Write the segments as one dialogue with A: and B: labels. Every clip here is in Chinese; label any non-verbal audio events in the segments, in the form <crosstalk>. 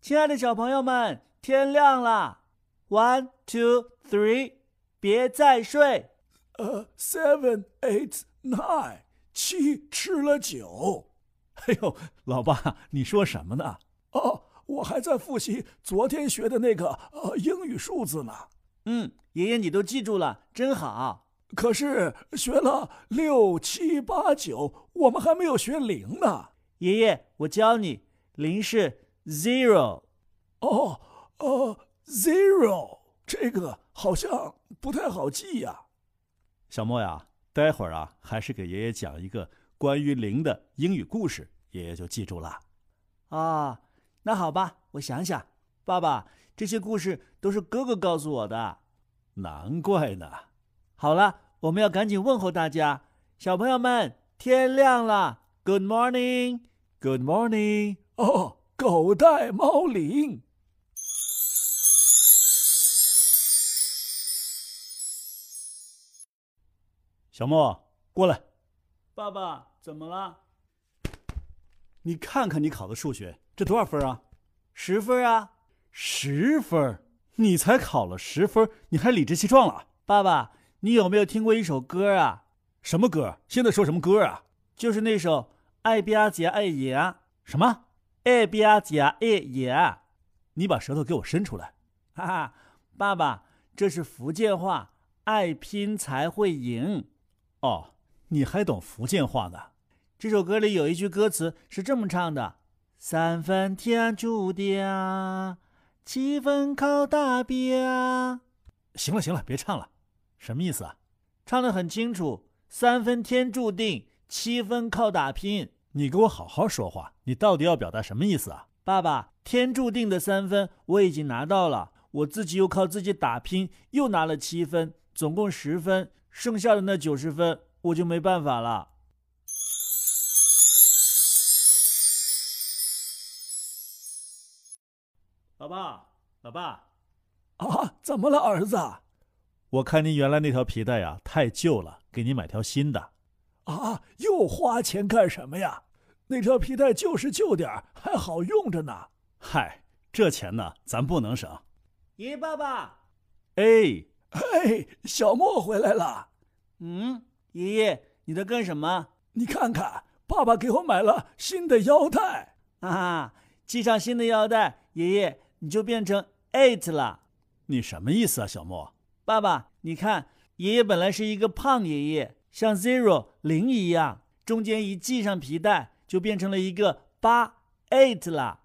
A: 亲爱的小朋友们，天亮啦！One, two, three，别再睡。
B: 呃，seven eight nine，七吃了九。
C: 哎呦，老爸，你说什么呢？
B: 哦，我还在复习昨天学的那个呃英语数字呢。
A: 嗯，爷爷你都记住了，真好。
B: 可是学了六七八九，我们还没有学零呢。
A: 爷爷，我教你，零是 zero。
B: 哦，呃，zero 这个好像不太好记呀、
C: 小莫呀，待会儿啊，还是给爷爷讲一个关于零的英语故事，爷爷就记住了。
A: 啊，那好吧，我想想。爸爸，这些故事都是哥哥告诉我的。
C: 难怪呢。
A: 好了，我们要赶紧问候大家，小朋友们，天亮了，Good morning，Good morning，
B: 哦，狗带猫铃。
C: 小莫，过来，
A: 爸爸，怎么了？
C: 你看看你考的数学，这多少分啊？
A: 十分啊，
C: 十分，你才考了十分，你还理直气壮了？啊
A: 爸爸，你有没有听过一首歌啊？
C: 什么歌？现在说什么歌啊？
A: 就是那首《爱吧姐爱啊也》，
C: 什么？
A: 爱哎吧啊姐爱也，哈
C: 你把舌头给我伸出来！
A: <laughs> 哈，爸爸，这是福建话，爱拼才会赢。
C: 哦，你还懂福建话呢？
A: 这首歌里有一句歌词是这么唱的：“三分天注定，啊七分靠啊打拼。”
C: 行了行了，别唱了，什么意思啊？
A: 唱得很清楚，三分天注定，七分靠打拼。
C: 你给我好好说话，你到底要表达什么意思啊？
A: 爸爸，天注定的三分我已经拿到了，我自己又靠自己打拼，又拿了七分，总共十分，剩下的那九十分我就没办法了。
C: 老爸，老爸，
B: 啊，怎么了，儿子？
C: 我看您原来那条皮带呀、太旧了，给您买条新的。
B: 啊，又花钱干什么呀？那条皮带就是旧点儿，还好用着呢。
C: 嗨，这钱呢，咱不能省。
A: 爷爷，爸爸，
C: 哎，
B: 哎，小莫回来了，
A: 嗯，爷爷，你在干什么？
B: 你看看，爸爸给我买了新的腰带。
A: 啊，系上新的腰带，爷爷你就变成 eight 了。
C: 你什么意思啊，小莫？
A: 爸爸，你看，爷爷本来是一个胖爷爷，像 zero 零一样，中间一系上皮带，就变成了一个八 eight 了。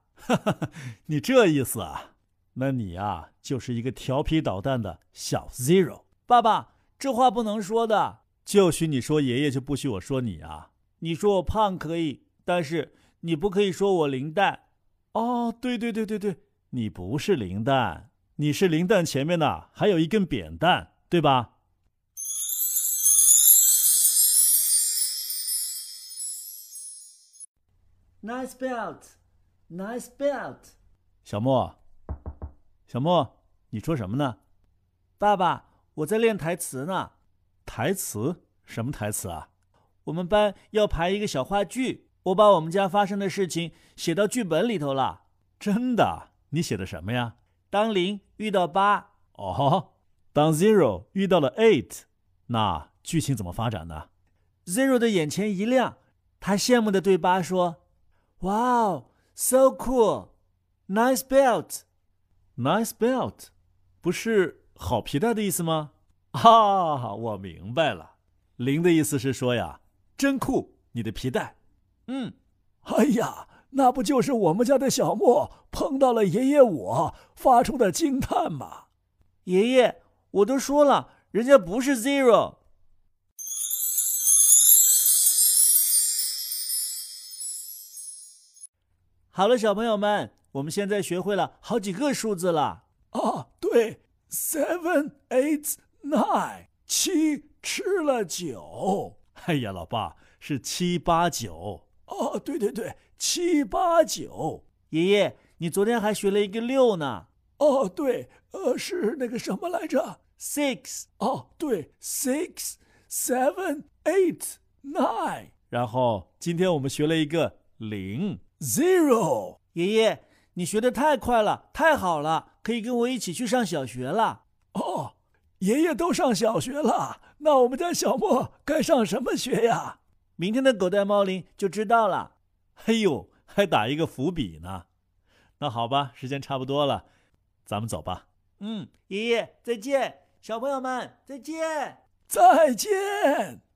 C: <laughs> 你这意思啊？那你呀、就是一个调皮捣蛋的小 zero。
A: 爸爸，这话不能说的。
C: 就许你说爷爷，就不许我说你啊。
A: 你说我胖可以，但是你不可以说我零蛋。
C: 哦，对对对对对，你不是零蛋，你是零蛋前面呢还有一根扁担，对吧？
A: Nice belt, nice belt。
C: 小莫，小莫，你说什么呢？
A: 爸爸，我在练台词呢。
C: 台词？什么台词啊？
A: 我们班要排一个小话剧，我把我们家发生的事情写到剧本里头了。
C: 真的？你写的什么呀？
A: 当零遇到八，
C: 哦，当 zero 遇到了 eight，那剧情怎么发展呢？
A: Zero 的眼前一亮，他羡慕的对八说：“哇哦，so cool，nice belt。
C: Nice belt，不是好皮带的意思吗？啊，我明白了。零的意思是说呀，真酷，你的皮带。”
A: 嗯，
B: 哎呀，那不就是我们家的小莫碰到了爷爷我发出的惊叹吗？
A: 爷爷，我都说了，人家不是 Zero。好了，小朋友们，我们现在学会了好几个数字了。
B: 啊，对，seven eight nine，七吃了九。
C: 哎呀，老爸是七八九。
B: 哦，对对对，七八九。
A: 爷爷，你昨天还学了一个六呢
B: 哦，对，呃，是那个什么来着？
A: ，six。
B: 哦，对，six seven eight nine
C: 然后今天我们学了一个零。
B: zero。
A: 爷爷，你学得太快了，太好了，可以跟我一起去上小学了。”
B: 哦，爷爷都上小学了，那我们家小莫该上什么学呀？
A: 明天的狗带猫铃就知道了。
C: 哎呦，还打一个伏笔呢。那好吧，时间差不多了，咱们走吧。
A: 嗯，爷爷再见，小朋友们再见。
B: 再见。